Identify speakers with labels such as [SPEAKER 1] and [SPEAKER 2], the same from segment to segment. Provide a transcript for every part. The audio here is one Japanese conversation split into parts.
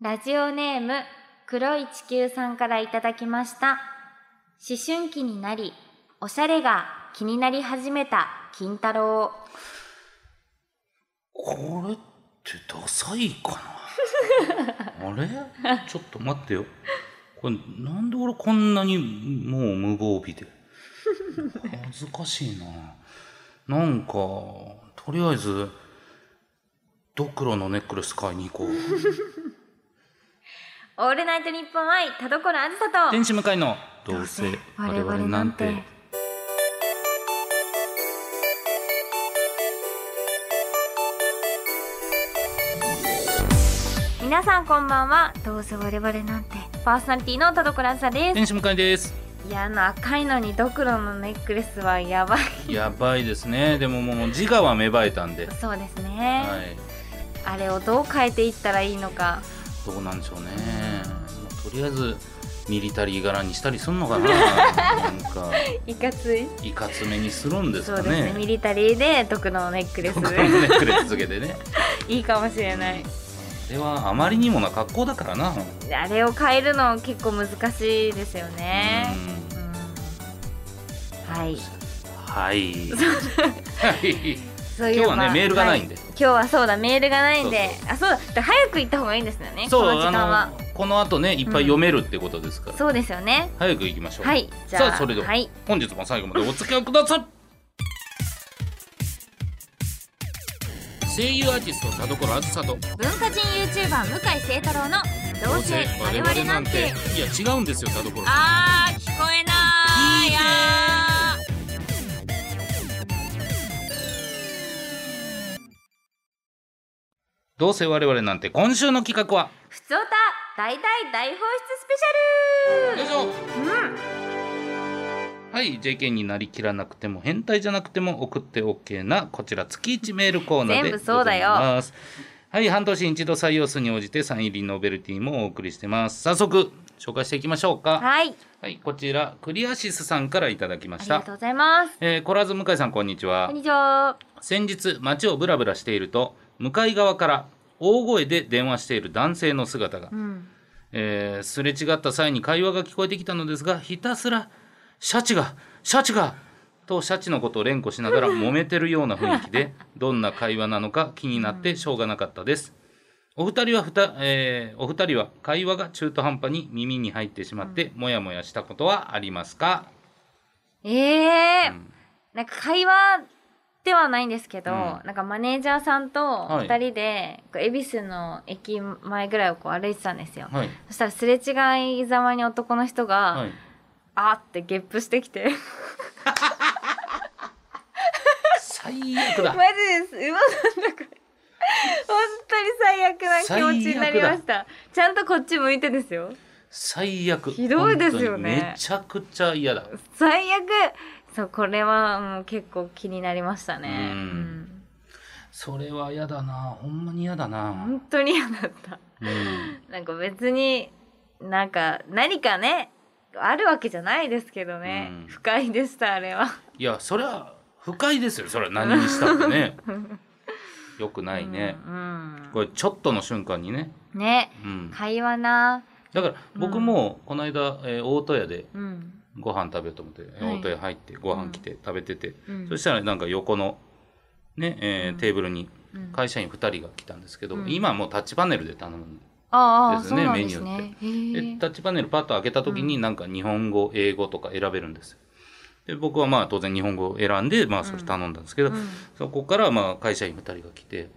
[SPEAKER 1] ラジオネーム黒い地球さんからいただきました思春期になりおしゃれが気になり始めた金太郎
[SPEAKER 2] これってダサいかな あれちょっと待ってよこれなんで俺こんなにもう無防備で恥ずかしいななんかとりあえずドクロのネックレス買いに行こ う
[SPEAKER 1] オールナイトニッポン愛田所あずさと
[SPEAKER 2] 天使向かいのどうせ我々なんて
[SPEAKER 1] 皆さんこんばんはどうせ我々なんてパーソナリティの田所あずさです
[SPEAKER 2] 天使向かいです
[SPEAKER 1] いやあの赤いのにドクロのネックレスはやばい
[SPEAKER 2] やばいですねでももう自我は芽生えたんで、
[SPEAKER 1] そうですね、
[SPEAKER 2] はい、
[SPEAKER 1] あれをどう変えていったらいいのか
[SPEAKER 2] どうなんでしょうねもうとりあえずミリタリー柄にしたりすん のかななんか
[SPEAKER 1] いかつい
[SPEAKER 2] いかつめにするんです
[SPEAKER 1] そう
[SPEAKER 2] か
[SPEAKER 1] ですねミ
[SPEAKER 2] ね
[SPEAKER 1] リタリーでドクロのネックレス
[SPEAKER 2] 僕のネックレス付けてね
[SPEAKER 1] いいかもしれない
[SPEAKER 2] ではあまりにもな格好だからな、
[SPEAKER 1] あれを変えるの結構難しいですよね
[SPEAKER 2] う
[SPEAKER 1] うんんはい
[SPEAKER 2] はいはい
[SPEAKER 1] そうい
[SPEAKER 2] 今
[SPEAKER 1] え
[SPEAKER 2] 日
[SPEAKER 1] ば
[SPEAKER 2] はねメールがないん
[SPEAKER 1] は
[SPEAKER 2] で、
[SPEAKER 1] 今日はそうだメールがないんであそうだだ早く行った方がいいんですよね
[SPEAKER 2] そう
[SPEAKER 1] この時間
[SPEAKER 2] あ
[SPEAKER 1] は
[SPEAKER 2] のこの後ねいっぱい読めるってことですから、
[SPEAKER 1] そうですよね
[SPEAKER 2] 早く行きましょう
[SPEAKER 1] はいじゃあ
[SPEAKER 2] さあそれでは、
[SPEAKER 1] はい
[SPEAKER 2] 本日も最後までお付き合いください声優アーティスト田所あずさと
[SPEAKER 1] 文化人 YouTuber 向井聖太郎の「どうせ我々なんて
[SPEAKER 2] いや違うんですよ田所」
[SPEAKER 1] あー聞こえない
[SPEAKER 2] いいね
[SPEAKER 1] あー
[SPEAKER 2] どうせ我々なんて今週の企画は
[SPEAKER 1] ふつおた大大大放出スペ
[SPEAKER 2] よいし
[SPEAKER 1] シ
[SPEAKER 2] ょ
[SPEAKER 1] ャル
[SPEAKER 2] はい JK になりきらなくても変態じゃなくても送って OK なこちら月1メールコーナーで
[SPEAKER 1] 全部そうだよ
[SPEAKER 2] ございますはい半年に一度採用数に応じてサイン入りノベルティもお送りしてます早速紹介していきましょう
[SPEAKER 1] うん
[SPEAKER 2] か
[SPEAKER 1] はい
[SPEAKER 2] はいこちらクリアシスさんからいただきま
[SPEAKER 1] あ
[SPEAKER 2] し
[SPEAKER 1] り
[SPEAKER 2] た
[SPEAKER 1] がとうございます
[SPEAKER 2] えーコラーズ向井さんこんにちは
[SPEAKER 1] こんにちは
[SPEAKER 2] 先日街をブラブラしていると向かい側から大声で電話している男性の姿が、
[SPEAKER 1] うん
[SPEAKER 2] えーすれ違った際に会話が聞こえてきたのですがひたすら「シャチがシャチが!」とシャチのことを連呼しながら揉めてるような雰囲気でどんな会話なのか気になってしょうがなかったです。お二人はふた、えーお二人は会話が中途半端に耳に入ってしまって、もやもやしたことはありますか、
[SPEAKER 1] えー
[SPEAKER 2] うん
[SPEAKER 1] なんか会話ではないんですけど、
[SPEAKER 2] うん
[SPEAKER 1] なんかマネージャーさんと
[SPEAKER 2] はい
[SPEAKER 1] 2人でこう恵比寿の駅前ぐらいをこう歩いてたんですよ、
[SPEAKER 2] はい、
[SPEAKER 1] そしたらすれ違いざまに男の人が、
[SPEAKER 2] はい、
[SPEAKER 1] あーってゲップしてきて
[SPEAKER 2] 最悪だ
[SPEAKER 1] マジですうわなんだこれ本当に最悪な気持ちになりましたちゃんとこっち向いてですよ
[SPEAKER 2] 最悪
[SPEAKER 1] ひどいですよね
[SPEAKER 2] 本当にめちゃくちゃ嫌だ
[SPEAKER 1] 最悪そうこれはもう結構気になりましたね
[SPEAKER 2] うんそれは嫌だなほんまに嫌だ
[SPEAKER 1] うん
[SPEAKER 2] な、
[SPEAKER 1] 本当に嫌だった
[SPEAKER 2] う ん
[SPEAKER 1] なんか別になんか何かねあるわけじゃないですけどね、
[SPEAKER 2] うん
[SPEAKER 1] 不快でしたあれは。
[SPEAKER 2] いやそれは不快ですよそれは何にしたっ てねよくないね、
[SPEAKER 1] うん
[SPEAKER 2] これちょっとの瞬間にね、
[SPEAKER 1] ね
[SPEAKER 2] うん、
[SPEAKER 1] 会話な、
[SPEAKER 2] だから僕もこの間、えー大戸屋で
[SPEAKER 1] うん
[SPEAKER 2] ご飯食べようと思って、
[SPEAKER 1] はい
[SPEAKER 2] 大戸屋入ってご飯来て食べてて、
[SPEAKER 1] うん
[SPEAKER 2] そしたらなんか横のね、えー
[SPEAKER 1] うん
[SPEAKER 2] テーブルに
[SPEAKER 1] うん
[SPEAKER 2] 会社員2人が来たんですけど、
[SPEAKER 1] うん
[SPEAKER 2] 今はもうタッチパネルで頼むんで
[SPEAKER 1] ああ、
[SPEAKER 2] です
[SPEAKER 1] そ
[SPEAKER 2] よ
[SPEAKER 1] う
[SPEAKER 2] ね
[SPEAKER 1] なんですね。へ
[SPEAKER 2] で
[SPEAKER 1] ー
[SPEAKER 2] タッチパネルパッと開けた時になんか日本語、英語とか選べるんですよで僕はまあ当然日本語を選んで、まあ、それ頼んだんですけど、
[SPEAKER 1] うん
[SPEAKER 2] そこからまあ会社員2人が来て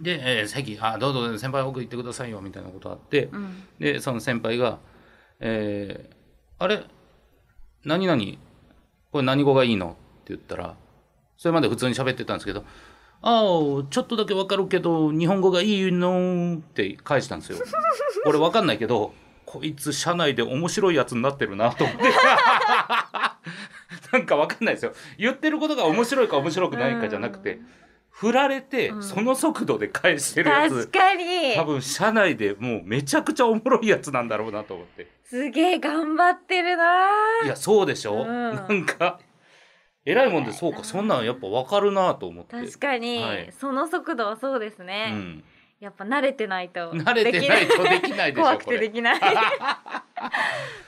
[SPEAKER 2] で、えー席あどうぞ先輩奥行ってくださいよみたいなことあって、
[SPEAKER 1] うん
[SPEAKER 2] でその先輩が「えーあれ何々これ何語がいいの?」って言ったらそれまで普通に喋ってたんですけど「ああちょっとだけわかるけど日本語がいいの?」って返したんですよ。俺わかんないけどこいつ社内で面白いやつになってるなと思ってなんかわかんないですよ言ってることが面白いか面白くないかじゃなくて振られてその速度で返してるやつ、
[SPEAKER 1] 確かに
[SPEAKER 2] 多分社内でもうめちゃくちゃおもろいやつなんだろうなと思って
[SPEAKER 1] すげえ頑張ってるない
[SPEAKER 2] やそうでしょ、
[SPEAKER 1] うん
[SPEAKER 2] なんか偉いもんでそうかそんなんやっぱ分かるなと思って
[SPEAKER 1] 確かに、
[SPEAKER 2] はい
[SPEAKER 1] その速度はそうです
[SPEAKER 2] う
[SPEAKER 1] ね、
[SPEAKER 2] ん、
[SPEAKER 1] やっぱ慣れてないと
[SPEAKER 2] 慣れてないとできないでしょ
[SPEAKER 1] 怖く
[SPEAKER 2] こ
[SPEAKER 1] て
[SPEAKER 2] れ
[SPEAKER 1] できない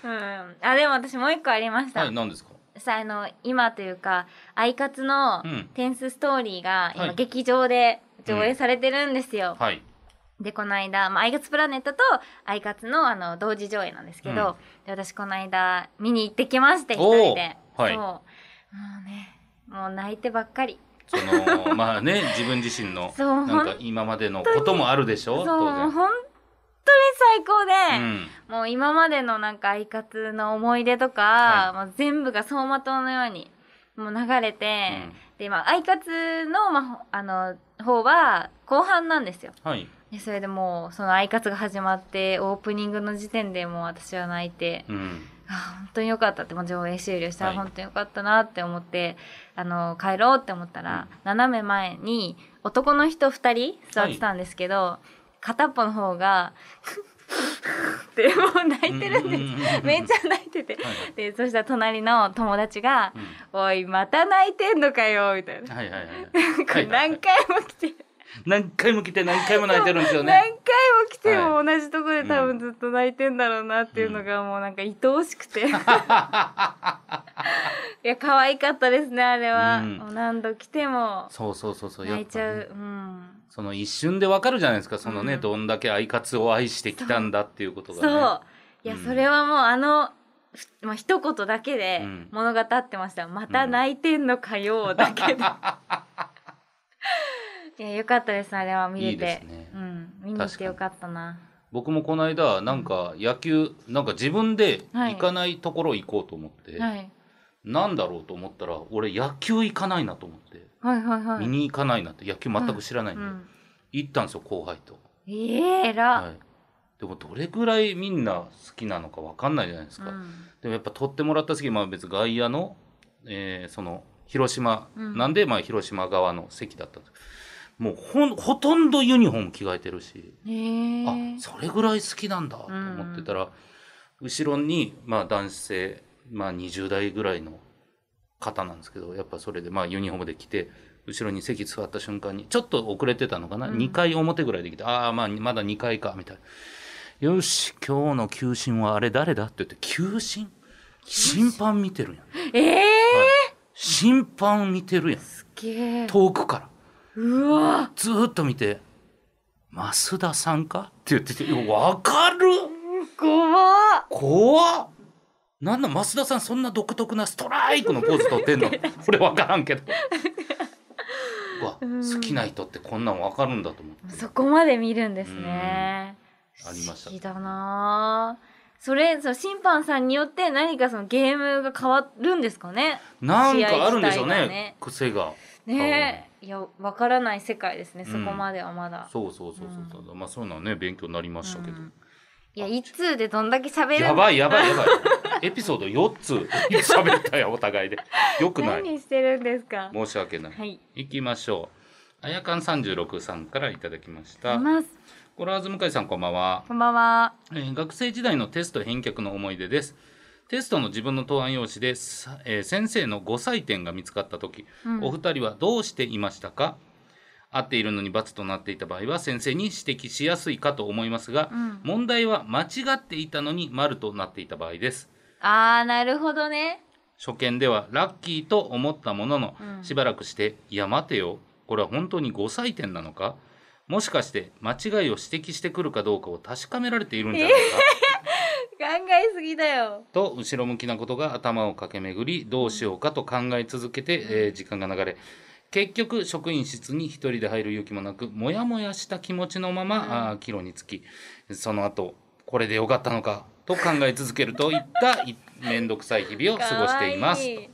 [SPEAKER 1] うんあでも私もう一個ありました、
[SPEAKER 2] はい何ですか
[SPEAKER 1] さあの今というか「アイカツ」の
[SPEAKER 2] うん
[SPEAKER 1] テンスストーリーが
[SPEAKER 2] は
[SPEAKER 1] 今
[SPEAKER 2] い
[SPEAKER 1] 劇場で上映されてるんですよ、
[SPEAKER 2] はい
[SPEAKER 1] でこの間、まあ、アイカツプラネットとアイカツのあの同時上映なんですけど、で私この間見に行ってきまして一
[SPEAKER 2] おー
[SPEAKER 1] 人で、
[SPEAKER 2] はい
[SPEAKER 1] そうもうねもう泣いてばっかり
[SPEAKER 2] その まあね自分自身の
[SPEAKER 1] そう
[SPEAKER 2] なんか今までのこともあるでし
[SPEAKER 1] そ
[SPEAKER 2] ょ
[SPEAKER 1] う
[SPEAKER 2] 当
[SPEAKER 1] もう
[SPEAKER 2] 然
[SPEAKER 1] 本当に最高
[SPEAKER 2] う
[SPEAKER 1] で、
[SPEAKER 2] ん
[SPEAKER 1] もう今までのなんかアイカツの思い出とか、もう全部が走馬灯のようにもう流れて、
[SPEAKER 2] うん
[SPEAKER 1] でまあアイカツの,、まあほ、あの方は後半なんですよ
[SPEAKER 2] はい
[SPEAKER 1] でそれでもうそのアイカツが始まってオープニングの時点でもう私は泣いて、
[SPEAKER 2] うん
[SPEAKER 1] あー本当によかったってもう上映終了したら
[SPEAKER 2] はい
[SPEAKER 1] 本当によかったなって思って、あの帰ろうって思ったら、
[SPEAKER 2] う
[SPEAKER 1] 斜め前に男の人2人座ってたんですけど、片っぽの方がってもう泣いてるんです、
[SPEAKER 2] うんうんうんうんうん
[SPEAKER 1] めっちゃ泣いてて、
[SPEAKER 2] はい
[SPEAKER 1] でそしたら隣の友達が
[SPEAKER 2] うん
[SPEAKER 1] 「おいまた泣いてんのかよ」みた いな。
[SPEAKER 2] はいはいはい
[SPEAKER 1] こ
[SPEAKER 2] は
[SPEAKER 1] れ
[SPEAKER 2] いはい
[SPEAKER 1] 何回も来て、
[SPEAKER 2] 何回も来て何回も泣いてるんですよ
[SPEAKER 1] 何回
[SPEAKER 2] ね
[SPEAKER 1] も来ても同じとこで多分ずっと泣いてんだろうなっていうのがもうなんか愛おしく て、 いや可愛かったですねあれは、
[SPEAKER 2] うん
[SPEAKER 1] もう何度来ても
[SPEAKER 2] そうそうそうそうやっぱ
[SPEAKER 1] 泣いちゃ
[SPEAKER 2] ね
[SPEAKER 1] う、うん
[SPEAKER 2] その一瞬でわかるじゃないですかそのね、
[SPEAKER 1] うん
[SPEAKER 2] どんだけアイカツを愛してきたんだっていうこと
[SPEAKER 1] そう
[SPEAKER 2] が
[SPEAKER 1] い
[SPEAKER 2] ね
[SPEAKER 1] や、
[SPEAKER 2] うん
[SPEAKER 1] それはもうあのふもう一言だけで
[SPEAKER 2] うん
[SPEAKER 1] 物語ってました、また泣いてんのかよだけ でいやよかったですあれは見れて
[SPEAKER 2] いいですね
[SPEAKER 1] うん、見に行ってよかったな
[SPEAKER 2] 僕もこの間なんか野球なんか自分で
[SPEAKER 1] はい
[SPEAKER 2] 行かないところ行こうと思って、
[SPEAKER 1] はい
[SPEAKER 2] なんだろうと思ったら俺野球行かないなと思って、
[SPEAKER 1] はいはいはい
[SPEAKER 2] 見に行かないなって野球全く知らないん
[SPEAKER 1] う
[SPEAKER 2] で、
[SPEAKER 1] ん、
[SPEAKER 2] 行ったんですよ後輩と、
[SPEAKER 1] ええ偉ら、
[SPEAKER 2] はい、でもどれぐらいみんな好きなのかわかんないじゃないです
[SPEAKER 1] う
[SPEAKER 2] か、
[SPEAKER 1] ん
[SPEAKER 2] でもやっぱ取ってもらった席、まあ、別に外野の,、えーその広島
[SPEAKER 1] うん
[SPEAKER 2] なんで、まあ、広島側の席だったんですもうほんほとんどユニフォーム着替えてるし、
[SPEAKER 1] ええ
[SPEAKER 2] あそれぐらい好きなんだと思ってたら、後ろに、まあ、男性、まあ、20代ぐらいの方なんですけどやっぱそれで、まあ、ユニフォームで来て後ろに席座った瞬間にちょっと遅れてたのかな、
[SPEAKER 1] うん
[SPEAKER 2] 2回表ぐらいで来てああまあまだ2回かみたいな。よし今日の球審はあれ誰だって言って球審審判見てるやん
[SPEAKER 1] ええ
[SPEAKER 2] 審判見てるやん
[SPEAKER 1] すげえ
[SPEAKER 2] 遠くから
[SPEAKER 1] うわ
[SPEAKER 2] ずーっと見て「増田さんか?」って言ってて「いやわかる
[SPEAKER 1] ごま
[SPEAKER 2] 怖っなんだ増田さんそんな独特なストライクのポーズ取ってん の俺分からんけどうわ
[SPEAKER 1] うん
[SPEAKER 2] 好きな人ってこんなん分かるんだと思って
[SPEAKER 1] そこまで見るんですね。
[SPEAKER 2] うんありました
[SPEAKER 1] 不思議だなあ。それ、その審判さんによって何かそのゲームが変わるんですかね。
[SPEAKER 2] なんかあるんでしょ
[SPEAKER 1] 試合自体が
[SPEAKER 2] うね
[SPEAKER 1] ね
[SPEAKER 2] 癖が
[SPEAKER 1] ねえ、いや、わからない世界ですね。そこまではまだ。
[SPEAKER 2] そうそうそうそう、まあそういうのはね勉強になりましたけど、
[SPEAKER 1] うんいや、一通でどんだけ喋る。
[SPEAKER 2] やばいやばいや ばいエピソード4つ 喋ったよお互いでよくない
[SPEAKER 1] 何してるんですか。
[SPEAKER 2] 申し訳ない、
[SPEAKER 1] はい。
[SPEAKER 2] 行きましょうあやかん36さんからいただきまし
[SPEAKER 1] い
[SPEAKER 2] た
[SPEAKER 1] ます。
[SPEAKER 2] コラーズ向井さんこんばんは
[SPEAKER 1] こんばんは。
[SPEAKER 2] えー学生時代のテスト返却の思い出ですテストの自分の答案用紙で、さえー先生の5採点が見つかった時、
[SPEAKER 1] うん
[SPEAKER 2] お二人はどうしていましたか合っているのに罰となっていた場合は先生に指摘しやすいかと思いますが、
[SPEAKER 1] うん
[SPEAKER 2] 問題は間違っていたのに丸となっていた場合です
[SPEAKER 1] ああ、なるほどね。
[SPEAKER 2] 初見ではラッキーと思ったものの、
[SPEAKER 1] うん
[SPEAKER 2] しばらくして「いや待てよこれは本当に5採点なのか?」もしかして間違いを指摘してくるかどうかを確かめられているんじゃないか、
[SPEAKER 1] 考えすぎだよ。
[SPEAKER 2] と後ろ向きなことが頭を駆け巡りどうしようかと考え続けて、えー時間が流れ結局職員室に一人で入る勇気もなくモヤモヤした気持ちのまま、あー帰路につきその後これでよかったのかと考え続け るといったいめんどくさい日々を過ごしています。
[SPEAKER 1] かわいい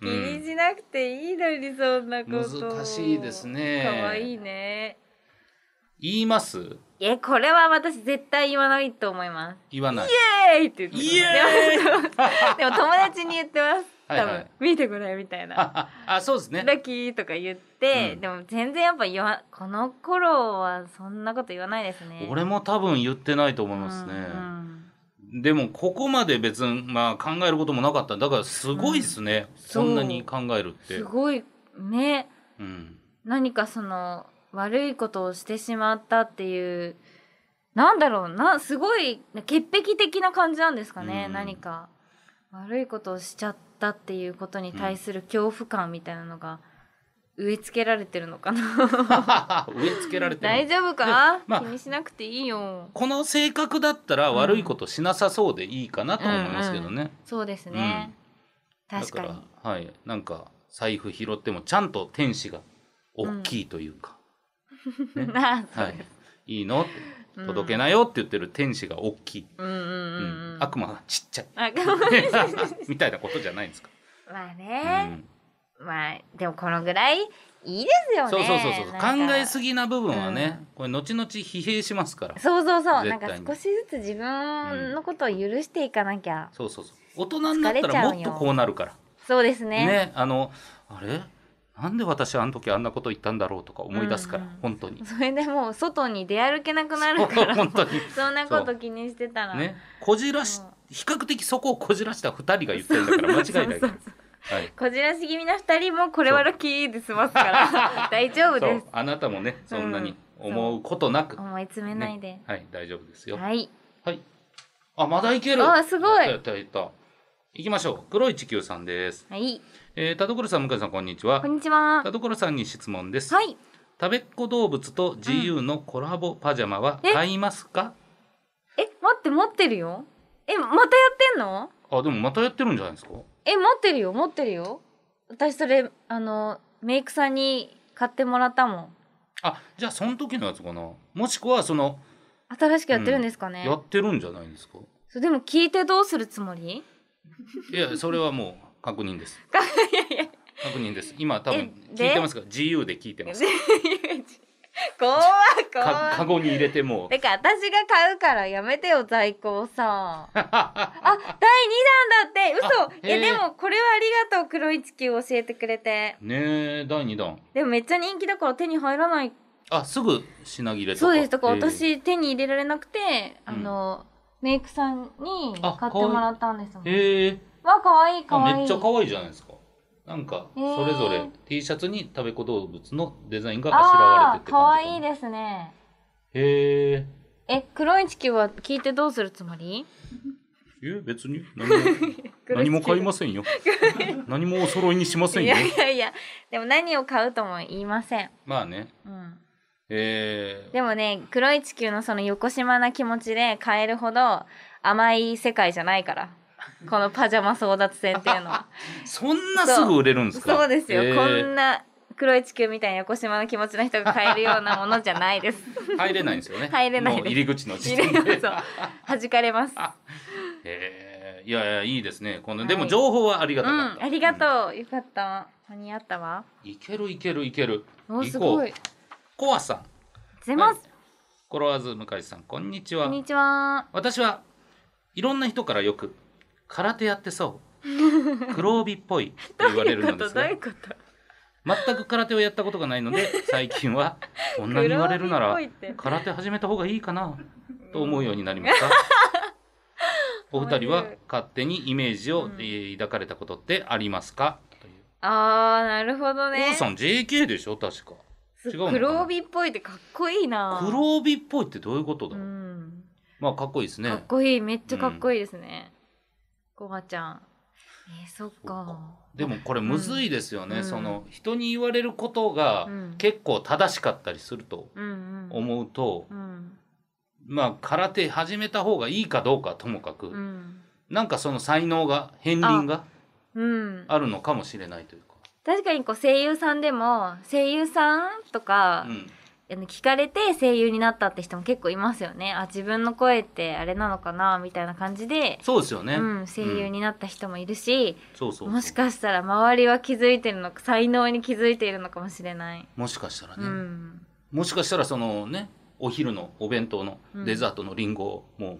[SPEAKER 1] 気
[SPEAKER 2] うん
[SPEAKER 1] にしなくていいのにそんなこと
[SPEAKER 2] 難しいですね
[SPEAKER 1] 可愛いね
[SPEAKER 2] 言います
[SPEAKER 1] えこれは私絶対言わないと思います
[SPEAKER 2] 言わない
[SPEAKER 1] イエーイって言ってます
[SPEAKER 2] イエーイ
[SPEAKER 1] でもでも友達に言ってます多
[SPEAKER 2] はい
[SPEAKER 1] 分
[SPEAKER 2] はい
[SPEAKER 1] 見てこれみたいな
[SPEAKER 2] あ ああそうですね
[SPEAKER 1] ラッキーとか言って、
[SPEAKER 2] うん
[SPEAKER 1] でも全然やっぱ言わこの頃はそんなこと言わないですね
[SPEAKER 2] 俺も多分言ってないと思います
[SPEAKER 1] う
[SPEAKER 2] ね、
[SPEAKER 1] んうん
[SPEAKER 2] でもここまで別に、まあ、考えることもなかっただからすごいですね、
[SPEAKER 1] そう
[SPEAKER 2] そんなに考えるって
[SPEAKER 1] すごいね
[SPEAKER 2] うん
[SPEAKER 1] 何かその悪いことをしてしまったっていうなんだろうなすごい潔癖的な感じなんですかね、
[SPEAKER 2] うん
[SPEAKER 1] 何か悪いことをしちゃったっていうことに対する恐怖感みたいなのが植え付けられてるのか な
[SPEAKER 2] 植え付けられてる
[SPEAKER 1] 大丈夫か、
[SPEAKER 2] まあ
[SPEAKER 1] 気にしなくていいよ
[SPEAKER 2] この性格だったら悪いことしなさそうでいいかなと思いますけどね、
[SPEAKER 1] そうですね、確か
[SPEAKER 2] だ
[SPEAKER 1] に
[SPEAKER 2] からはいなんか財布拾ってもちゃんと天使が大きいというか、ら ね
[SPEAKER 1] なあそう
[SPEAKER 2] はいいいのって
[SPEAKER 1] うん
[SPEAKER 2] 届けなよって言ってる天使が大きい、
[SPEAKER 1] うんうん
[SPEAKER 2] う
[SPEAKER 1] うんんうん
[SPEAKER 2] 悪 魔がちっちゃい
[SPEAKER 1] あごめん
[SPEAKER 2] みたいなことじゃないんですか、
[SPEAKER 1] まあ
[SPEAKER 2] う
[SPEAKER 1] ね、
[SPEAKER 2] ん
[SPEAKER 1] まあでもこのぐらいいいですよね
[SPEAKER 2] そうそうそうそう
[SPEAKER 1] なん
[SPEAKER 2] 考
[SPEAKER 1] か
[SPEAKER 2] えすぎな部分はね、これ後々疲弊しますから
[SPEAKER 1] そうそうそうな
[SPEAKER 2] 絶
[SPEAKER 1] んか
[SPEAKER 2] 対に
[SPEAKER 1] 少しずつ自分のことを許していかなきゃ、
[SPEAKER 2] そうそうそう大人になったらもっとこうなるから
[SPEAKER 1] そうです
[SPEAKER 2] ね
[SPEAKER 1] ね
[SPEAKER 2] あのあれなんで私あの時あんなこと言ったんだろうとか思い出すから、
[SPEAKER 1] うんうん
[SPEAKER 2] 本当に
[SPEAKER 1] それでもう外に出歩けなくなるから
[SPEAKER 2] 本当に
[SPEAKER 1] そんなこと気にしてたら、
[SPEAKER 2] ね、こじらし
[SPEAKER 1] うん
[SPEAKER 2] 比較的そこをこじらした2人が言ってるんだから間違いないから
[SPEAKER 1] そうそう
[SPEAKER 2] はい
[SPEAKER 1] こじらし気味な二人もこれはラッキーで済ますから大丈夫
[SPEAKER 2] そ
[SPEAKER 1] で
[SPEAKER 2] う
[SPEAKER 1] す
[SPEAKER 2] あなたもねそんなに
[SPEAKER 1] うん
[SPEAKER 2] 思うことなく、
[SPEAKER 1] 思い詰めないで、
[SPEAKER 2] ねはい大丈夫ですよはい、
[SPEAKER 1] はい
[SPEAKER 2] あまだいける
[SPEAKER 1] あすごい
[SPEAKER 2] やったやったやった行きましょう黒い地球さんです、
[SPEAKER 1] はい
[SPEAKER 2] えー、田所さん向井さんこんにちは
[SPEAKER 1] こんにちは
[SPEAKER 2] 田所さんに質問です、
[SPEAKER 1] はい
[SPEAKER 2] 食べっ子動物と GU のコラボパジャマは
[SPEAKER 1] え
[SPEAKER 2] 買いますか、
[SPEAKER 1] え待って持ってるよえまたやってんの
[SPEAKER 2] あでもまたやってるんじゃないですか
[SPEAKER 1] え持ってるよ持ってるよ私それあのメイクさんに買ってもらったもん
[SPEAKER 2] あじゃあその時のやつかなもしくはその
[SPEAKER 1] 新しくやってるんですかね、
[SPEAKER 2] やってるんじゃないですか
[SPEAKER 1] そうでも聞いてどうするつ もり
[SPEAKER 2] いやそれはもう確認です。
[SPEAKER 1] いやいや
[SPEAKER 2] 確認です。今多分
[SPEAKER 1] えで
[SPEAKER 2] 聞いてますか ?GU で聞いてます。
[SPEAKER 1] 怖い
[SPEAKER 2] かカ
[SPEAKER 1] 怖い
[SPEAKER 2] ゴに入れてもう。
[SPEAKER 1] てか私が買うからやめてよ在庫を さあ第2弾だって
[SPEAKER 2] あ
[SPEAKER 1] 嘘いや
[SPEAKER 2] へえ
[SPEAKER 1] でもこれはありがとう黒い地球教えてくれて
[SPEAKER 2] ねえ第二弾。
[SPEAKER 1] でもめっちゃ人気だから手に入らない
[SPEAKER 2] あすぐ品切れとか。
[SPEAKER 1] そうですだから
[SPEAKER 2] えー。
[SPEAKER 1] 私手に入れられなくて
[SPEAKER 2] うん
[SPEAKER 1] あの、メイクさんに
[SPEAKER 2] あ
[SPEAKER 1] 買ってもらったんですもん
[SPEAKER 2] へえ
[SPEAKER 1] わあかわいいか
[SPEAKER 2] あ
[SPEAKER 1] わい
[SPEAKER 2] めっ
[SPEAKER 1] い
[SPEAKER 2] ちゃ可愛いじゃないですか。なんか
[SPEAKER 1] へえ
[SPEAKER 2] それぞれ T シャツに食べ子動物のデザインがあしらわれ
[SPEAKER 1] あ
[SPEAKER 2] て
[SPEAKER 1] あ
[SPEAKER 2] て。
[SPEAKER 1] かわいいですね
[SPEAKER 2] す。へえ。
[SPEAKER 1] え黒い地球は聞いてどうするつもり
[SPEAKER 2] え別に何 も何も買いませんよ。何もお揃いにしません
[SPEAKER 1] い
[SPEAKER 2] よ
[SPEAKER 1] や。いやいやでも何を買うとも言いません、
[SPEAKER 2] まあね。
[SPEAKER 1] うん、
[SPEAKER 2] えー
[SPEAKER 1] でもね黒い地球のその横島な気持ちで買えるほど甘い世界じゃないからこのパジャマ争奪戦っていう のは
[SPEAKER 2] そんなすぐ売れるんですか。
[SPEAKER 1] そうですよ、
[SPEAKER 2] へえ
[SPEAKER 1] こんな黒い地球みたいな横島な気持ちの人が買えるようなものじゃない です
[SPEAKER 2] 入れないんですよね
[SPEAKER 1] 入れないです
[SPEAKER 2] もう入り口の時
[SPEAKER 1] 入れ
[SPEAKER 2] 点で
[SPEAKER 1] ようそう弾かれます
[SPEAKER 2] へえいやいやいいですねこの、
[SPEAKER 1] はい
[SPEAKER 2] でも情報はありが
[SPEAKER 1] う
[SPEAKER 2] たかっ
[SPEAKER 1] ん
[SPEAKER 2] た、
[SPEAKER 1] ありがとう、よかった間に合ったわ
[SPEAKER 2] うんいけるいけるいける
[SPEAKER 1] お
[SPEAKER 2] 行
[SPEAKER 1] すご
[SPEAKER 2] こう
[SPEAKER 1] い
[SPEAKER 2] コアさん
[SPEAKER 1] ゼマス、
[SPEAKER 2] はいコロワーズ向井さんこんにちは
[SPEAKER 1] こんにちは
[SPEAKER 2] 私はいろんな人からよく空手やってそう 黒帯っぽいと言われるのです
[SPEAKER 1] どう
[SPEAKER 2] が
[SPEAKER 1] いうこと
[SPEAKER 2] 全く空手をやったことがないので最近はこんなに言われるなら
[SPEAKER 1] 黒帯っぽいって
[SPEAKER 2] 空手始めた方がいいかなと思うようになりました お二人は勝手にイメージを
[SPEAKER 1] うん
[SPEAKER 2] えー抱かれたことってありますかという
[SPEAKER 1] あーなるほど
[SPEAKER 2] 王
[SPEAKER 1] ね
[SPEAKER 2] さん JK でしょ確か
[SPEAKER 1] す
[SPEAKER 2] 違うのかな
[SPEAKER 1] 黒帯っぽいってかっこいいな
[SPEAKER 2] 黒帯っぽいってどういうことだ、
[SPEAKER 1] うん
[SPEAKER 2] まあかっこいいですね
[SPEAKER 1] かっこいいめっちゃかっこいいですね、ごまちゃんえー、そっか
[SPEAKER 2] そっでもこれむずいですよ
[SPEAKER 1] う
[SPEAKER 2] ね、
[SPEAKER 1] ん
[SPEAKER 2] その人に言われることが
[SPEAKER 1] うん
[SPEAKER 2] 結構正しかったりすると
[SPEAKER 1] うんうん
[SPEAKER 2] 思うと、
[SPEAKER 1] うん
[SPEAKER 2] まあ空手始めた方がいいかどうかはともかく、
[SPEAKER 1] うん、
[SPEAKER 2] なんかその才能が片鱗が
[SPEAKER 1] うん、
[SPEAKER 2] あるのかもしれないというか、
[SPEAKER 1] 確かにこう声優さんでも声優さんとか
[SPEAKER 2] う、ん、
[SPEAKER 1] あの聞かれて声優になったって人も結構いますよねあ自分の声ってあれなのかなみたいな感じで、
[SPEAKER 2] そうですよね、
[SPEAKER 1] うん、声優になった人もいるし、
[SPEAKER 2] そうそうそう
[SPEAKER 1] もしかしたら周りは気づいてるのか才能に気づいているのかもしれない、
[SPEAKER 2] もしかしたらね、
[SPEAKER 1] うん
[SPEAKER 2] もしかしたらそのねお昼のお弁当の
[SPEAKER 1] うん
[SPEAKER 2] デザートのリンゴをもう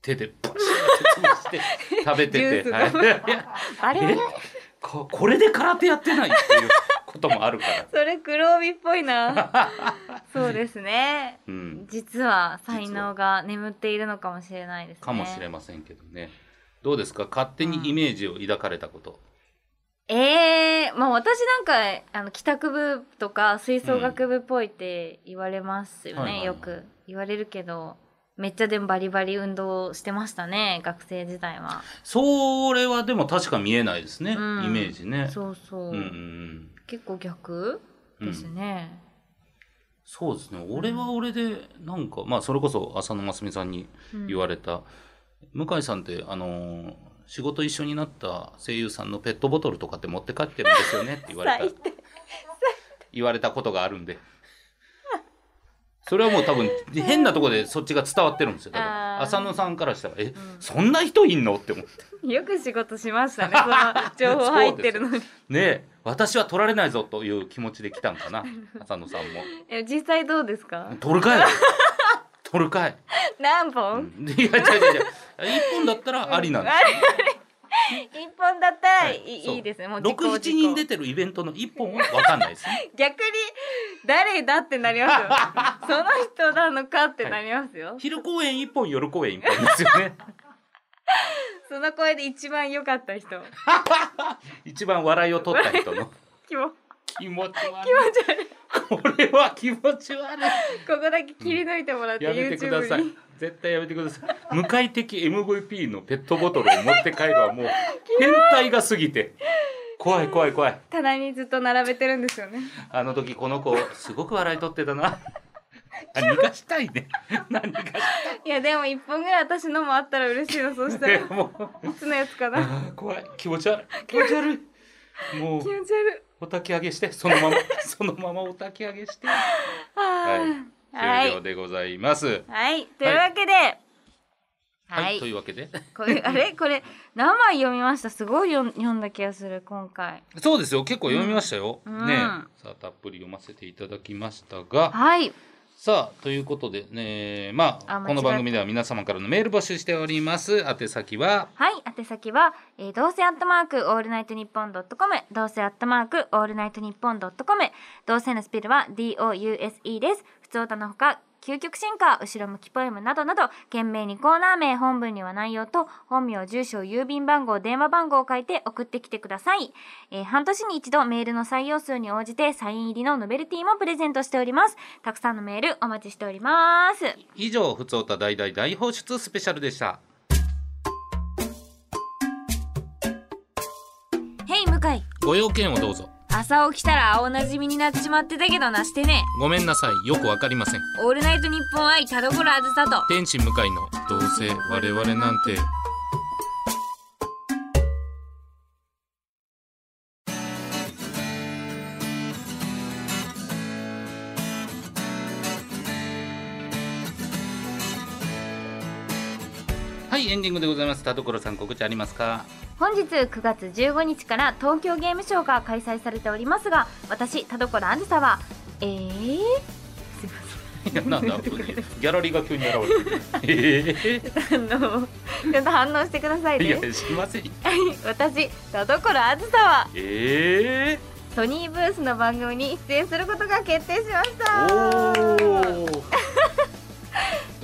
[SPEAKER 2] 手でバシッ て潰して食べてて、
[SPEAKER 1] ジュ
[SPEAKER 2] は
[SPEAKER 1] ー
[SPEAKER 2] い
[SPEAKER 1] スが
[SPEAKER 2] い や
[SPEAKER 1] あれは
[SPEAKER 2] えここれで空手やってないっていうこともあるから、
[SPEAKER 1] それ黒帯っぽい なそうですね
[SPEAKER 2] うん、
[SPEAKER 1] 実は才能が眠っているのかもしれないですね
[SPEAKER 2] かもしれませんけどねどうですか勝手にイメージを抱かれたこと、
[SPEAKER 1] ええまあ私なんかあの帰宅部とか吹奏楽部っぽいって言われますよね、
[SPEAKER 2] はいはいはい
[SPEAKER 1] よく言われるけどめっちゃでもバリバリ運動してましたね学生時代 は、
[SPEAKER 2] それはでも確か見えないですね、
[SPEAKER 1] うん
[SPEAKER 2] イメージね
[SPEAKER 1] そうそう、
[SPEAKER 2] うんうんうん
[SPEAKER 1] 結構逆
[SPEAKER 2] うん
[SPEAKER 1] ですね、
[SPEAKER 2] そうですね俺は俺でなんか、まあそれこそ浅野真澄さんに言われた、向井さんってあのー仕事一緒になった声優さんのペットボトルとかって持って帰ってるんですよねって言わ れた言われたことがあるんでそれはもう多分変なとこでそっちが伝わってるんですよ多
[SPEAKER 1] あー
[SPEAKER 2] 分浅野さんからしたら「え、そんな人いんの?」って思って
[SPEAKER 1] よく仕事しま したねその情報入ってるのに
[SPEAKER 2] ねえ私は取られないぞという気持ちで来たんか な浅野さんも。
[SPEAKER 1] え実際どうですか
[SPEAKER 2] 取るかい取るかい
[SPEAKER 1] 何
[SPEAKER 2] う
[SPEAKER 1] 本、
[SPEAKER 2] んいや違う違う違う一本だったらありなんです
[SPEAKER 1] 一本だったら
[SPEAKER 2] はい
[SPEAKER 1] い,、い、いですねもう自己
[SPEAKER 2] 六
[SPEAKER 1] 自
[SPEAKER 2] 七
[SPEAKER 1] 己
[SPEAKER 2] 人出てるイベントの一本は分かんないですね。
[SPEAKER 1] 逆に誰だってなりますよ その人なのかってなりますよ、
[SPEAKER 2] 昼公演一本、夜公演一本ですよね。
[SPEAKER 1] その声で一番良かった人
[SPEAKER 2] 一番笑いを取った人 の
[SPEAKER 1] 気も
[SPEAKER 2] 気持ち悪
[SPEAKER 1] 気持ち悪い
[SPEAKER 2] い。これは気持ち悪
[SPEAKER 1] ここだけ切り抜いてもらっ
[SPEAKER 2] い。
[SPEAKER 1] て
[SPEAKER 2] やめてくださ
[SPEAKER 1] YouTube
[SPEAKER 2] い
[SPEAKER 1] に。
[SPEAKER 2] 絶対やめてください。向かい的 MVP のペットボトルを持って帰るはもう変態が過ぎて怖い怖い怖い。
[SPEAKER 1] 棚にずっと並べてるんですよ ね
[SPEAKER 2] あの時この子すごく笑い取ってた な。あ逃がしたいね。何がし
[SPEAKER 1] いやでも一本ぐらい私のもあったら嬉しいなそうした
[SPEAKER 2] たい
[SPEAKER 1] らい
[SPEAKER 2] もう。
[SPEAKER 1] つのやつかな
[SPEAKER 2] あー怖い気持ち悪い気持ち悪いもう
[SPEAKER 1] 気持ち悪い
[SPEAKER 2] お焚き上げしてそのままそのままお焚き上げして
[SPEAKER 1] はー
[SPEAKER 2] 終
[SPEAKER 1] は
[SPEAKER 2] 了
[SPEAKER 1] い
[SPEAKER 2] でございます
[SPEAKER 1] はいというわけで
[SPEAKER 2] はい、
[SPEAKER 1] はい、
[SPEAKER 2] というわけで
[SPEAKER 1] これあれこれ何枚読みましたすごい読ん読んだ気がする今回
[SPEAKER 2] そうですよ結構読みましたよ、
[SPEAKER 1] うん
[SPEAKER 2] ね
[SPEAKER 1] うん
[SPEAKER 2] さあたっぷり読ませていただきましたが
[SPEAKER 1] はい
[SPEAKER 2] さあということでねまあ
[SPEAKER 1] あ間違えた
[SPEAKER 2] この番組では皆様からのメール募集しております宛先は
[SPEAKER 1] はい、宛先は、えー、どうせアットマークオールナイトニッポンドットコム、どうせアットマークオールナイトニッポンドットコム、どうせのスペルは DOUSE です。普通歌のほか、究極進化、後ろ向きポエムなどなど、懸命にコーナー名、本文には内容と、本名、住所、郵便番号、電話番号を書いて送ってきてください。えー半年に一度メールの採用数に応じて、サイン入りのノベルティもプレゼントしております。たくさんのメールお待ちしております。
[SPEAKER 2] 以上「ふつおた大大大放出スペシャル」でした
[SPEAKER 1] へい、向井。
[SPEAKER 2] ご用件をどうぞ
[SPEAKER 1] 朝起きたら青なじみになっちまってたけどなしてね。
[SPEAKER 2] ごめんなさいよくわかりません
[SPEAKER 1] オールナイトニッポン愛田所あずさと
[SPEAKER 2] 天使向かいのどうせ我々なんてはいエンディングでございます田所さん告知ありますか
[SPEAKER 1] 本日9月15日から東京ゲームショウが開催されておりますが私田所あずさはえー、 すいま
[SPEAKER 2] いやなんだ急にギャラリーが急に現れてえ
[SPEAKER 1] せんあのちょっと反応してください
[SPEAKER 2] え いや
[SPEAKER 1] ね
[SPEAKER 2] しませんよ
[SPEAKER 1] はい私田所あずさは
[SPEAKER 2] ええ
[SPEAKER 1] ソニーブースの番組に出演することが決定しました
[SPEAKER 2] おお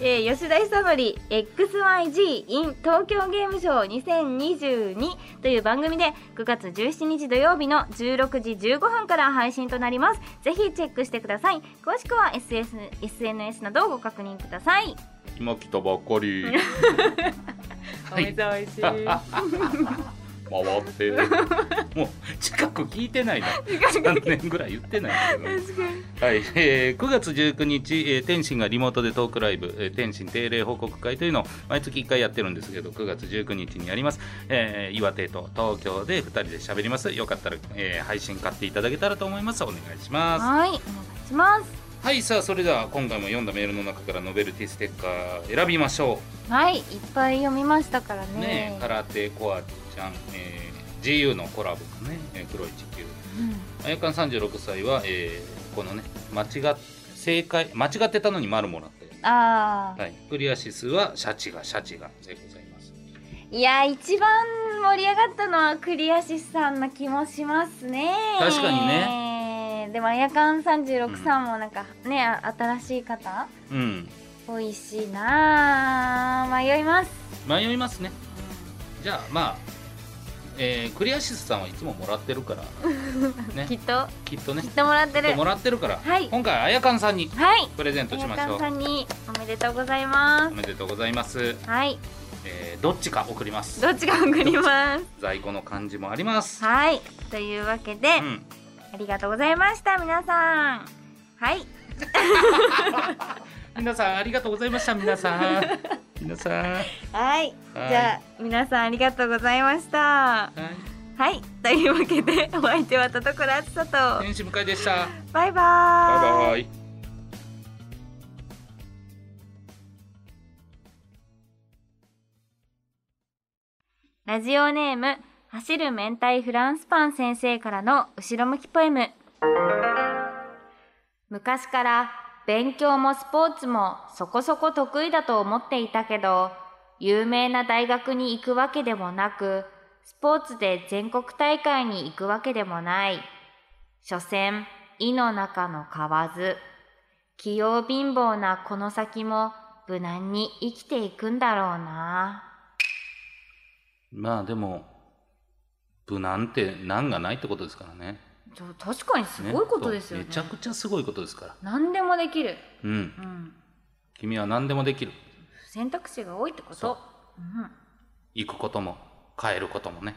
[SPEAKER 1] えー、吉田久典 XYG in 東京ゲームショウ2022という番組で9月17日土曜日の16時15分から配信となりますぜひチェックしてください詳しくは SS SNS などをご確認ください
[SPEAKER 2] 今来たばっかりはい
[SPEAKER 1] おいしいは
[SPEAKER 2] 回 ってもう近く聞いてないな3年ぐらい言ってないんだけどはい、えー9月19日、えー天心がリモートでトークライブ、えー天心定例報告会というのを毎月1回やってるんですけど9月19日にやります、えー岩手と東京で2人で喋りますよかったら、えー配信買っていただけたらと思いますお願いします
[SPEAKER 1] いお願いします
[SPEAKER 2] はいさあそれでは今回も読んだメールの中からノベルティステッカー選びましょ
[SPEAKER 1] はいいっぱい読みましたからね
[SPEAKER 2] うねえ空手コアちゃん、えー GU のコラボかね、えー黒い地球あやかん36歳は、えーこのね間違っ正解間違ってたのに丸もらったよ
[SPEAKER 1] うん、ああ、
[SPEAKER 2] はい、クリア指数はシャチがシャチがでございます。
[SPEAKER 1] いや一番盛り上がったのはクリアシスさんな気もしますね
[SPEAKER 2] 確かに
[SPEAKER 1] ねでもあやかん36さんもなんかね、あ新しい方
[SPEAKER 2] うん、
[SPEAKER 1] 美味しいなあ迷います
[SPEAKER 2] 迷いますね。じゃあまあ、えークリアシスさんはいつももらってるから ね
[SPEAKER 1] きっと
[SPEAKER 2] きっとね
[SPEAKER 1] きっともらってる
[SPEAKER 2] もらってるから、
[SPEAKER 1] はい
[SPEAKER 2] 今回あやかんさんに
[SPEAKER 1] はい
[SPEAKER 2] プレゼントしましょ
[SPEAKER 1] ん
[SPEAKER 2] う
[SPEAKER 1] さんにおめでとうございま
[SPEAKER 2] おめでとうございます、
[SPEAKER 1] すはい
[SPEAKER 2] えーどっちか送ります
[SPEAKER 1] どっちが送りま
[SPEAKER 2] 在庫の感じもあります
[SPEAKER 1] すはいというわけで、
[SPEAKER 2] うん、
[SPEAKER 1] ありがとうございました皆さんはい
[SPEAKER 2] 皆さんありがとうございました皆さん 皆さんは
[SPEAKER 1] はいじゃあ皆さんありがとうございました
[SPEAKER 2] い
[SPEAKER 1] はいというわけでお相手は田所あつさと
[SPEAKER 2] 天使向かいでした
[SPEAKER 1] バイバーイ
[SPEAKER 2] バイバイ
[SPEAKER 1] ラジオネーム走る明太フランスパン先生からの後ろ向きポエム昔から勉強もスポーツもそこそこ得意だと思っていたけど有名な大学に行くわけでもなくスポーツで全国大会に行くわけでもない所詮井の中の蛙器用貧乏なこの先も無難に生きていくんだろうな。
[SPEAKER 2] まあでも無難って難がないってことですからね
[SPEAKER 1] じゃあ確かにすごいことですよね
[SPEAKER 2] めちゃくちゃすごいことですから
[SPEAKER 1] 何でもできる、
[SPEAKER 2] うん
[SPEAKER 1] うん、
[SPEAKER 2] 君は何でもできる
[SPEAKER 1] 選択肢が多いってこと
[SPEAKER 2] そう
[SPEAKER 1] うん、
[SPEAKER 2] 行くことも変えることもね